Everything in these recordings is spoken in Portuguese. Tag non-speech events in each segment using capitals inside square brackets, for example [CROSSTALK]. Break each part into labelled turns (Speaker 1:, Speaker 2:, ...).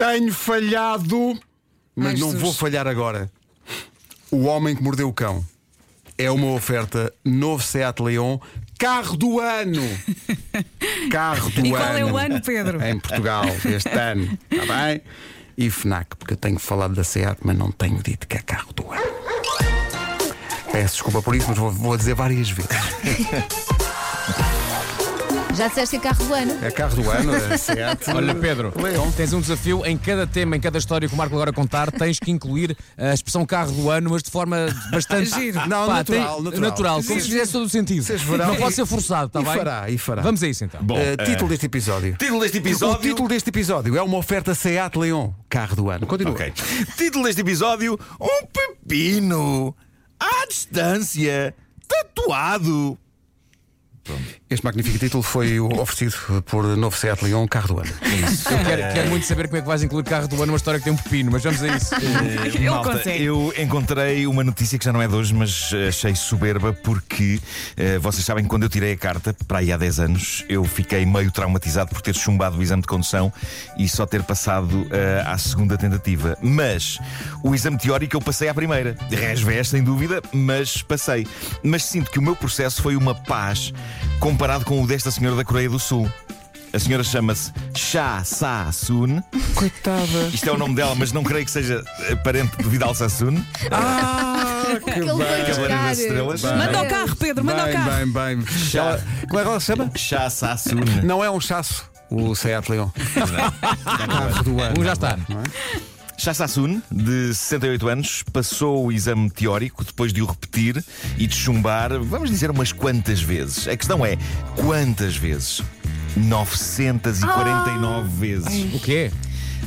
Speaker 1: Tenho falhado, mas
Speaker 2: Ai,
Speaker 1: não
Speaker 2: Jesus.
Speaker 1: vou falhar agora. O Homem que Mordeu o Cão é uma oferta novo Seat Leon, carro do
Speaker 2: [LAUGHS]
Speaker 1: ano. Carro do
Speaker 2: E
Speaker 1: ano.
Speaker 2: qual é o ano, Pedro?
Speaker 1: Em Portugal,
Speaker 2: [LAUGHS]
Speaker 1: este ano. Está bem? E Fnac, porque eu tenho falado da Seat, mas não tenho dito que é carro do ano. Peço desculpa por isso, mas vou, vou dizer várias vezes.
Speaker 3: Já disseste que é carro do ano.
Speaker 1: É carro do ano, a Seat.
Speaker 4: Olha, Pedro,
Speaker 1: Leon.
Speaker 4: tens um desafio em cada tema, em cada história que o Marco agora contar, tens que incluir a expressão carro do ano, mas de forma
Speaker 1: [LAUGHS]
Speaker 4: bastante.
Speaker 2: Giro.
Speaker 1: Não, natural, natural.
Speaker 4: como se fizesse todo o sentido.
Speaker 1: Vocês verão.
Speaker 4: Não
Speaker 1: E-
Speaker 4: pode ser forçado, está
Speaker 1: e
Speaker 4: bem?
Speaker 1: fará, e fará.
Speaker 4: Vamos a isso então.
Speaker 5: Bom,
Speaker 1: Eh,
Speaker 5: eh,
Speaker 1: título deste episódio.
Speaker 5: título deste
Speaker 1: O
Speaker 5: episódio.
Speaker 1: título deste episódio é uma oferta Seat Leon, carro do ano. Continua.
Speaker 5: Ok. Título deste episódio: Um pepino à distância, tatuado.
Speaker 1: Este magnífico título foi [LAUGHS] o- oferecido por novo Seat Leon, carro do ano.
Speaker 4: Eu quero, quero muito saber como é que vais incluir carro do ano numa história que tem um pepino, mas vamos a
Speaker 5: [LAUGHS]
Speaker 4: isso.
Speaker 5: Eh,
Speaker 2: [LAUGHS] Eu
Speaker 5: malta,
Speaker 2: consigo.
Speaker 5: eu encontrei uma notícia que já não é de hoje, mas eh, achei soberba porque eh, vocês sabem que quando eu tirei a carta, para aí há 10 anos, eu fiquei meio traumatizado por ter chumbado o exame de condução e só ter passado eh, à segunda tentativa. Mas o exame teórico eu passei à primeira. Resvés, sem dúvida, mas passei. Mas sinto que o meu processo foi uma paz comparado com o desta senhora da Coreia do Sul. A senhora chama-se Cha Sa Sun.
Speaker 1: Coitada.
Speaker 5: Isto é o nome dela, mas não creio que seja eh, parente de Vidal Sassoon.
Speaker 1: Ah,
Speaker 3: Aquele bem.
Speaker 5: Cavaleiro das Estrelas.
Speaker 2: Manda o carro, Pedro, manda o carro.
Speaker 1: Bem, bem, bem. Ela- como é que ela se chama?
Speaker 5: Chá Sassoon.
Speaker 1: Não é um chasso, o Seat Leon. carro do ano.
Speaker 4: Um já está.
Speaker 5: Chá Sassoon, de 68 anos, passou o exame teórico depois de o repetir e de chumbar, vamos dizer, umas quantas vezes. A questão é, quantas vezes? 949 vezes.
Speaker 4: O quê?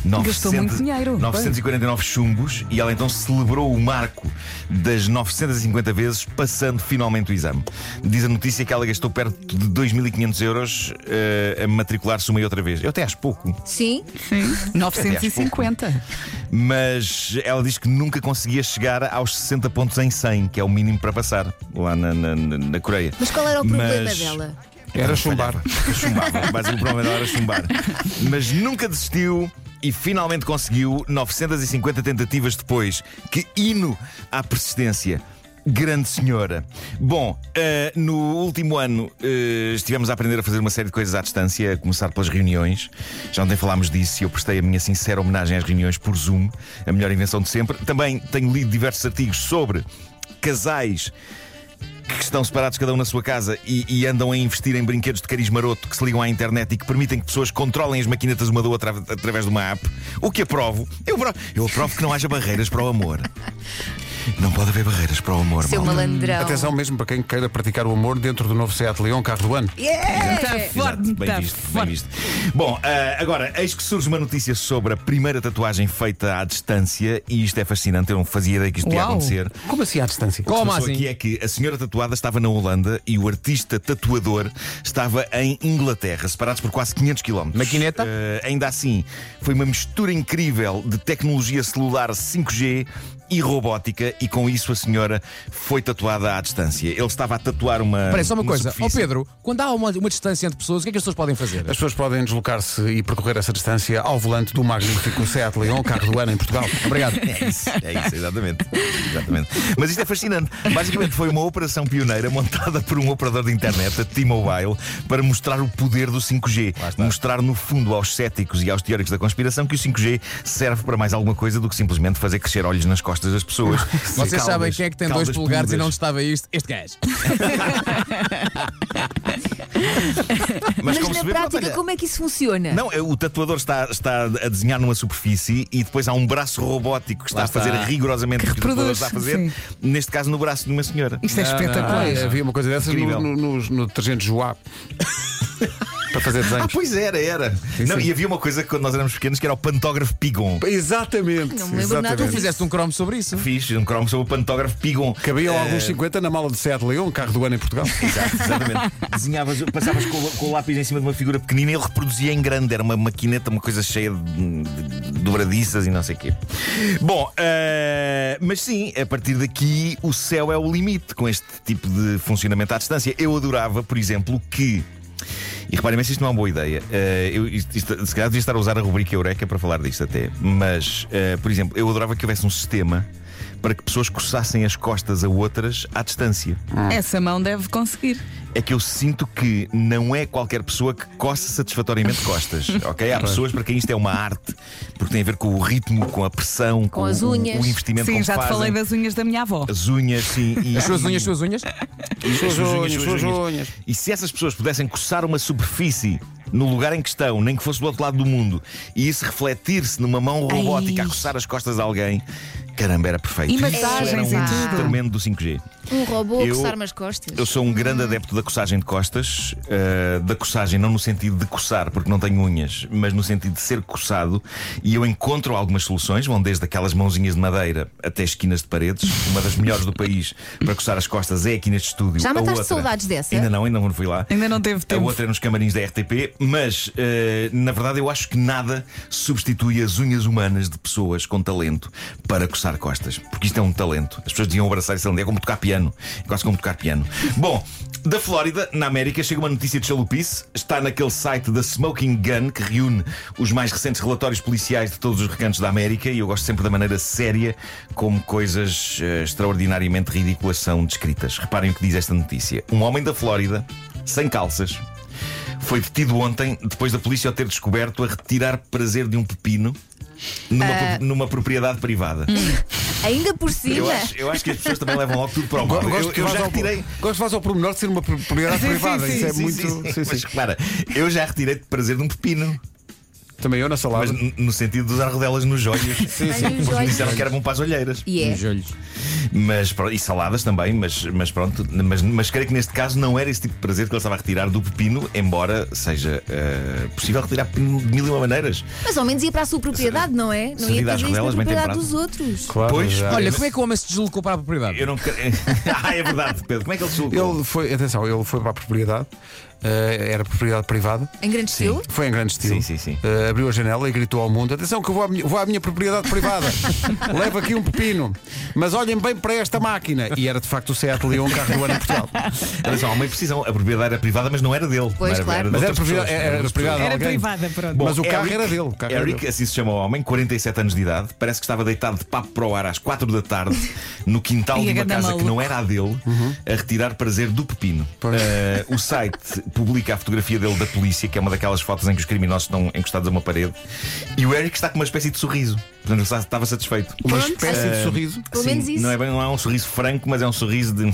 Speaker 5: 900
Speaker 2: Gastou muito dinheiro.
Speaker 5: 949 chumbos e ela então celebrou o marco das 950 vezes, passando finalmente o exame. Diz a notícia que ela gastou perto de 2.500 euros eh, a matricular-se uma e outra vez. Eu até acho pouco.
Speaker 3: Sim,
Speaker 2: Sim. 950.
Speaker 5: Mas ela diz que nunca conseguia chegar aos 60 pontos em 100, que é o mínimo para passar lá na, na- na- na Coreia.
Speaker 3: mas qual era o problema
Speaker 5: Mas-
Speaker 3: dela?
Speaker 1: Era chumbar.
Speaker 5: Falhava. Chumbava. Mas o problema dela era chumbar. Mas nunca desistiu e finalmente conseguiu 950 tentativas depois. Que hino à persistência. Grande senhora. Bom, eh, no último ano eh, estivemos a aprender a fazer uma série de coisas à distância, a começar pelas reuniões. Já ontem falámos disso e eu prestei a minha sincera homenagem às reuniões por Zoom, a melhor invenção de sempre. Também tenho lido diversos artigos sobre casais que estão separados cada um na sua casa e, e andam a investir em brinquedos de cariz maroto que se ligam à internet e que permitem que pessoas controlem as maquinetas uma da outra atra- através de uma app, o que aprovo. Eu aprovo, eu aprovo que não haja barreiras para o
Speaker 2: [LAUGHS]
Speaker 5: amor. Não pode haver barreiras para o
Speaker 2: é
Speaker 5: amor,
Speaker 3: Seu
Speaker 5: malta.
Speaker 3: malandrão.
Speaker 1: Atenção mesmo para quem queira praticar o amor dentro do novo Seat Leon, carro do ano.
Speaker 2: Tá
Speaker 5: Exato,
Speaker 2: forte,
Speaker 5: bem
Speaker 2: tá
Speaker 5: visto, bem
Speaker 2: forte.
Speaker 5: visto. Bom, ah, agora, eis que surge uma notícia sobre a primeira tatuagem feita à distância e isto é fascinante, eu não fazia ideia que isto ia
Speaker 4: Uau.
Speaker 5: acontecer.
Speaker 1: Como assim à distância?
Speaker 5: O que se
Speaker 4: Como
Speaker 5: passou
Speaker 4: assim?
Speaker 5: aqui é que a senhora tatuada estava na Holanda e o artista tatuador estava em Inglaterra, separados por quase 500 km.
Speaker 4: Maquineta?
Speaker 5: Eh, ainda assim, foi uma mistura incrível de tecnologia celular 5G e robótica, e com isso a senhora foi tatuada à distância. Ele estava a tatuar uma.
Speaker 4: Parece só uma
Speaker 5: uma
Speaker 4: coisa. Ó
Speaker 5: superfície.
Speaker 4: Pedro, quando há uma, uma distância entre pessoas, o que é que as pessoas podem fazer?
Speaker 1: As pessoas podem deslocar-se e percorrer essa distância ao volante do magnífico Seat Leon, carro do ano em Portugal.
Speaker 4: Obrigado.
Speaker 5: É isso, é isso, exatamente. exatamente. Mas isto é fascinante. Basicamente, foi uma operação pioneira montada por um operador de internet, a T-Mobile, para mostrar o poder do 5G. Mostrar, no fundo, aos céticos e aos teóricos da conspiração que o 5G serve para mais alguma coisa do que simplesmente fazer crescer olhos nas costas das pessoas.
Speaker 4: [LAUGHS] Vocês
Speaker 5: Caldas-
Speaker 4: sabem quem é que tem dois
Speaker 5: caldas
Speaker 4: polegares e
Speaker 5: peludas.
Speaker 4: não estava isto? Este gajo.
Speaker 5: Mas,
Speaker 3: Mas,
Speaker 5: como
Speaker 3: na
Speaker 5: se vê, pronto,
Speaker 3: prática,
Speaker 5: olha,
Speaker 3: como é que isso funciona?
Speaker 5: Não, é, o tatuador está, está a desenhar numa superfície e depois há um braço robótico que está,
Speaker 4: Lá
Speaker 5: a fazer
Speaker 4: está.
Speaker 5: rigorosamente o que o tatuador
Speaker 2: reproduz,
Speaker 5: está a fazer,
Speaker 2: sim.
Speaker 5: neste caso no braço de uma senhora.
Speaker 2: Isto é
Speaker 4: Não,
Speaker 2: espetacular.
Speaker 1: Ah, havia uma coisa dessas no,
Speaker 5: Incrível.
Speaker 1: no, nos- no detergente Joá para fazer
Speaker 5: Ah,
Speaker 1: desenhos.
Speaker 5: pois era, era. não,
Speaker 1: sim.
Speaker 5: E havia uma coisa que quando nós éramos pequenos que era o pantógrafo Pigon.
Speaker 1: Exatamente.
Speaker 3: Não me lembro nada
Speaker 1: exatamente.
Speaker 3: disso.
Speaker 4: Fizeste um cromo sobre isso.
Speaker 5: Fiz um cromo sobre o pantógrafo Pigon.
Speaker 1: Cabiam alguns 50 na mala de Seat Leon, carro do ano em Portugal.
Speaker 5: Exato, exatamente. Desenhavas, passavas com, o- com o lápis em cima de uma figura pequenina e ele reproduzia em grande. Era uma maquineta, uma coisa cheia de, de dobradiças e não sei o quê. Bom, eh, mas sim, a partir daqui o céu é o limite com este tipo de funcionamento à distância. Eu adorava, por exemplo, que. E reparem bem se isto não é uma boa ideia. Eh, eu, isto- isto- se calhar devia estar a usar a rubrica Eureka para falar disto até. Mas, eh, por exemplo, eu adorava que houvesse um sistema para que pessoas coçassem as costas a outras à distância.
Speaker 2: Ah. Essa mão deve conseguir.
Speaker 5: É que eu sinto que não é qualquer pessoa que coça satisfatoriamente costas, ok? Há pessoas para quem isto é uma arte, porque tem a ver com o ritmo, com a pressão, com,
Speaker 3: as
Speaker 5: o-
Speaker 3: unhas.
Speaker 5: o investimento
Speaker 2: Sim,
Speaker 5: como
Speaker 2: já te
Speaker 5: fazem.
Speaker 2: falei das unhas da minha avó.
Speaker 5: As unhas, sim. E,
Speaker 4: As suas unhas, suas unhas?
Speaker 5: e-
Speaker 1: Suas
Speaker 5: as suas
Speaker 1: unhas,
Speaker 5: as
Speaker 1: suas unhas.
Speaker 5: E se essas pessoas pudessem coçar uma superfície no lugar em que estão, nem que fosse do outro lado do mundo, e isso refletir-se numa mão
Speaker 2: É
Speaker 3: Ai.
Speaker 5: robótica a coçar as costas de alguém, caramba, era perfeito.
Speaker 2: E
Speaker 5: Isso era um
Speaker 2: massagens e
Speaker 3: Isso
Speaker 2: tudo.
Speaker 5: tremendo do 5G.
Speaker 3: Um robô a
Speaker 5: Eu-
Speaker 3: coçar-me as costas.
Speaker 5: Eu sou um grande adepto da coçagem de costas, eh, da coçagem não no sentido de coçar, porque não tenho unhas, mas no sentido de ser coçado, e eu encontro algumas soluções, vão desde aquelas mãozinhas de madeira até esquinas de paredes. Uma das melhores do país para coçar as costas é aqui neste estúdio.
Speaker 3: Já
Speaker 5: A
Speaker 3: mataste
Speaker 5: outra-
Speaker 3: saudades dessa?
Speaker 5: Ainda não, ainda não fui lá.
Speaker 2: Ainda não teve
Speaker 5: A
Speaker 2: tempo.
Speaker 5: outra é nos camarins da RTP, mas eh, na verdade eu acho que nada substitui as unhas humanas de pessoas com talento para coçar costas, porque isto é um talento. As pessoas deviam abraçar isso é como tocar piano, é quase como tocar piano. Bom, da Flórida, na América, chega uma notícia de chalupice, está naquele site da Smoking Gun que reúne os mais recentes relatórios policiais de todos os recantos da América e eu gosto sempre da maneira séria como coisas eh, extraordinariamente ridículas são descritas. Reparem o que diz esta notícia. Um homem da Flórida, sem calças, foi detido ontem depois da polícia o ter descoberto a retirar prazer de um pepino numa,
Speaker 3: Ah.
Speaker 5: pro- numa propriedade privada.
Speaker 3: Ainda por cima.
Speaker 5: Eu acho, eu acho que as pessoas também levam logo tudo para o mal. Eu,
Speaker 1: que
Speaker 5: eu
Speaker 1: vás
Speaker 5: já
Speaker 1: ao-
Speaker 5: retirei.
Speaker 1: Gosto de fazer ao pormenor de ser uma propriedade privada.
Speaker 2: sim,
Speaker 1: Isso é
Speaker 5: Sim,
Speaker 1: muito.
Speaker 5: sim, sim.
Speaker 1: sim, sim.
Speaker 5: Mas repara, eu já retirei de prazer de um pepino.
Speaker 1: Também eu na salada.
Speaker 5: Mas n- no sentido de usar rodelas nos olhos. Sim,
Speaker 3: sim.
Speaker 5: Porque me disseram que era bom para as olheiras.
Speaker 3: E é.
Speaker 4: Os olhos.
Speaker 5: Mas, pronto, e saladas também, mas, mas pronto. Mas, mas creio que neste caso não era esse tipo de prazer que ele estava a retirar do pepino, embora seja eh, possível retirar pepino de mil e uma maneiras.
Speaker 3: Mas ao menos ia para a sua propriedade, não é? Não ia
Speaker 5: servido
Speaker 3: fazer
Speaker 5: às
Speaker 3: isso na
Speaker 5: rodelas, bem
Speaker 3: propriedade
Speaker 5: temperado.
Speaker 3: dos outros.
Speaker 1: Claro,
Speaker 5: Pois,
Speaker 1: já.
Speaker 4: Olha, como é que o homem se deslocou para a propriedade?
Speaker 5: Eu não quero. [LAUGHS] ah, é verdade, Pedro. Como é que ele julgou?
Speaker 1: Ele foi, atenção, ele foi para a propriedade, eh, era propriedade privada,
Speaker 3: Engrandeceu?
Speaker 1: foi em grande estilo.
Speaker 5: Sim, sim, sim.
Speaker 1: Eh, abriu a janela e gritou ao mundo: atenção, que eu vou à minha, vou à minha propriedade
Speaker 5: [LAUGHS]
Speaker 1: privada, levo aqui um pepino, mas olhem bem para esta máquina. E era de facto o Seat Leon, carro do ano em
Speaker 5: [LAUGHS]
Speaker 1: Portugal.
Speaker 5: Atenção, há uma imprecisão. A propriedade era privada, mas não era dele.
Speaker 3: Pois,
Speaker 5: Não era,
Speaker 3: claro.
Speaker 5: de
Speaker 1: Mas era
Speaker 5: outras
Speaker 1: propriedade,
Speaker 5: pessoas.
Speaker 1: era, era propriedade de
Speaker 2: Era
Speaker 1: alguém.
Speaker 2: privada, pronto.
Speaker 1: Mas o
Speaker 5: Bom,
Speaker 1: carro
Speaker 5: Eric-
Speaker 1: era dele. o carro era
Speaker 5: Eric,
Speaker 1: dele.
Speaker 5: assim se chama o homem, 47 anos de idade, parece que estava deitado de papo para o ar às 4 da tarde, no
Speaker 3: [LAUGHS]
Speaker 5: quintal
Speaker 2: E
Speaker 5: de uma
Speaker 2: ganda
Speaker 5: casa que
Speaker 2: maluco.
Speaker 5: não era a dele, a retirar prazer do pepino.
Speaker 1: Pois.
Speaker 5: Eh, o site publica a fotografia dele da polícia, que é uma daquelas fotos em que os criminosos estão encostados a uma parede, e o Eric está com uma espécie de sorriso. Portanto, ele estava satisfeito.
Speaker 1: Uma espécie de sorriso.
Speaker 3: Pelo
Speaker 5: Sim,
Speaker 3: menos isso.
Speaker 5: Não é, bem, não é um sorriso franco, mas é um sorriso de. [LAUGHS]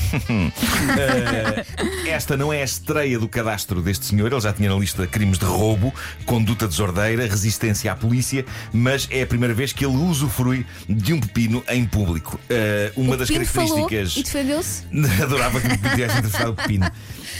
Speaker 5: Eh, esta não é a estreia do cadastro deste senhor. Ele já tinha na lista crimes de roubo, conduta desordeira, resistência à polícia, mas é a primeira vez que ele usufrui de um pepino em público. Eh, uma
Speaker 3: O
Speaker 5: das
Speaker 3: Pino falou
Speaker 5: características.
Speaker 3: e defendeu-se.
Speaker 5: [LAUGHS] Adorava que me tivesse entrevistado o Pepino.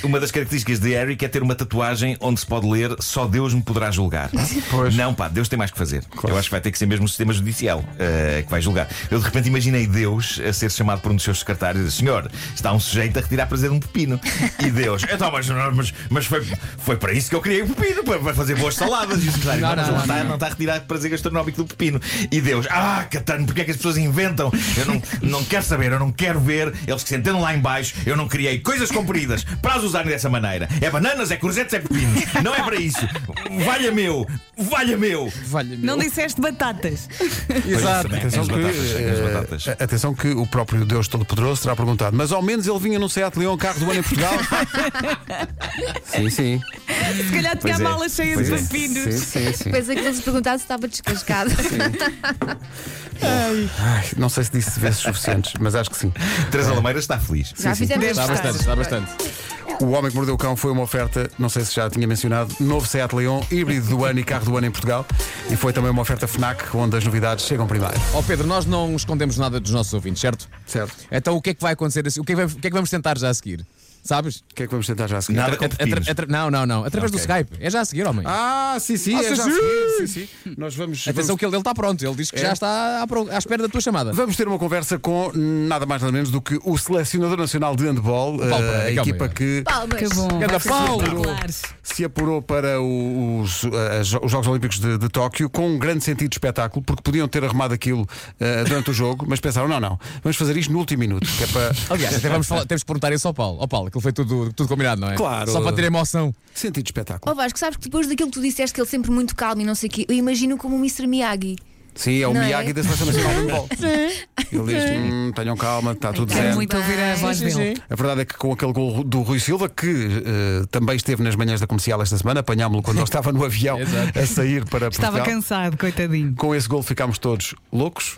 Speaker 5: Uma das características de Eric é ter uma tatuagem onde se pode ler só Deus me poderá julgar.
Speaker 1: Pois.
Speaker 5: Não, pá, Deus tem mais que fazer. Eu acho que vai ter que ser mesmo o sistema judicial eh, que vai julgar. Eu de repente imaginei Deus a ser chamado por um dos seus secretários: Senhor, está um sujeito a retirar prazer de um Pepino. E Deus, então, mas, mas, mas foi, foi para isso que eu criei o Pepino, para, para fazer boas saladas. E o secretário,
Speaker 4: Não,
Speaker 5: não, mas
Speaker 4: não,
Speaker 5: ele
Speaker 4: não,
Speaker 5: está- não está a retirar prazer gastronómico do Pepino. E Deus, ah, Catano, porque é que as pessoas inventam? Eu não, não quero saber, eu não quero ver. Eles que se entendam lá em baixo, eu não criei coisas compridas para as usarem dessa maneira. É bananas, é cruzetes, é pepinos. Não é para isso. Valha meu, valha meu.
Speaker 4: Valha-me.
Speaker 2: Não disseste batatas.
Speaker 4: Exato.
Speaker 5: Pois,
Speaker 1: Atenção
Speaker 5: as
Speaker 1: que,
Speaker 5: batatas, as
Speaker 1: eh,
Speaker 5: batatas.
Speaker 1: a- atenção que o próprio Deus Todo-Poderoso terá perguntado, mas ao menos ele vinha num Seat Leon, carro do ano em
Speaker 2: [LAUGHS]
Speaker 1: Portugal. sim, sim.
Speaker 2: Se calhar tinha
Speaker 5: Pois
Speaker 2: a
Speaker 5: é,
Speaker 2: mala cheia
Speaker 5: pois
Speaker 2: de
Speaker 5: é.
Speaker 1: Sim,
Speaker 2: pepinos.
Speaker 1: sim, sim.
Speaker 3: Depois é que ele se perguntasse se estava descascado.
Speaker 1: Ai, não sei se disse vezes suficientes, mas acho que sim.
Speaker 5: Teresa Lameira está feliz.
Speaker 3: Já fizemos
Speaker 4: Está
Speaker 3: testes.
Speaker 4: bastante, está bastante.
Speaker 1: O Homem que Mordeu o Cão foi uma oferta, não sei se já tinha mencionado, novo Seat Leon, híbrido do ano e carro do ano em Portugal. E foi também uma oferta FNAC, onde as novidades chegam primeiro.
Speaker 4: Ó Pedro, nós não escondemos nada dos nossos ouvintes, certo?
Speaker 1: Certo.
Speaker 4: Então o que é que vai acontecer? a se- O que é que vamos, o que é que vamos tentar já a seguir? Sabes?
Speaker 1: O que é que vamos tentar já a seguir?
Speaker 5: Nada com pepinos.
Speaker 4: não, não, não. Através do
Speaker 5: Ok.
Speaker 4: Skype. É já a seguir, homem.
Speaker 1: Ah, sim, sim,
Speaker 4: Ah,
Speaker 1: é
Speaker 4: sim,
Speaker 1: já a
Speaker 4: sim.
Speaker 1: seguir, sim, sim. Nós vamos,
Speaker 4: Atenção
Speaker 1: vamos,
Speaker 4: que ele ele está pronto. Ele diz que
Speaker 1: É.
Speaker 4: já está à, pro- à espera da tua chamada.
Speaker 1: vamos ter uma conversa com nada mais nada menos do que o selecionador nacional de handball, eh, a
Speaker 4: Pereira, calma
Speaker 1: equipa
Speaker 4: aí.
Speaker 1: que
Speaker 3: Palmas.
Speaker 2: Que bom.
Speaker 4: Ganda Paulo.
Speaker 1: se apurou para o- os, eh, jo- os Jogos Olímpicos de, de Tóquio com um grande sentido de espetáculo, porque podiam ter arrumado aquilo eh, durante o jogo, mas pensaram, não, não, vamos fazer isto no último minuto, que é para
Speaker 4: Aliás, até vamos falar, temos que perguntar isso ao Paulo. Ó Paulo, aquilo foi tudo, tudo combinado, não é?
Speaker 1: Claro.
Speaker 4: Só para ter emoção.
Speaker 1: Sentido de espetáculo.
Speaker 3: Ó Vasco, sabes que depois daquilo que tu disseste, que ele sempre muito calmo e não sei o quê, eu imagino como o Mr. Miyagi.
Speaker 1: Sim, é o
Speaker 3: Não é?
Speaker 1: Miyagi da Seleção Nacional de Futebol. Ele diz: "Hum, tenham calma, está tudo
Speaker 2: Quero
Speaker 1: zen.
Speaker 2: muito ouvir a voz
Speaker 4: Sim, sim,
Speaker 2: dele.
Speaker 4: sim.
Speaker 1: A verdade é que com aquele gol do Rui Silva, que eh, também esteve nas manhãs da comercial esta semana, apanhámo-lo quando ele estava no avião
Speaker 4: Exato.
Speaker 1: a sair para Portugal.
Speaker 2: Estava cansado, coitadinho.
Speaker 1: Com esse gol ficámos todos loucos,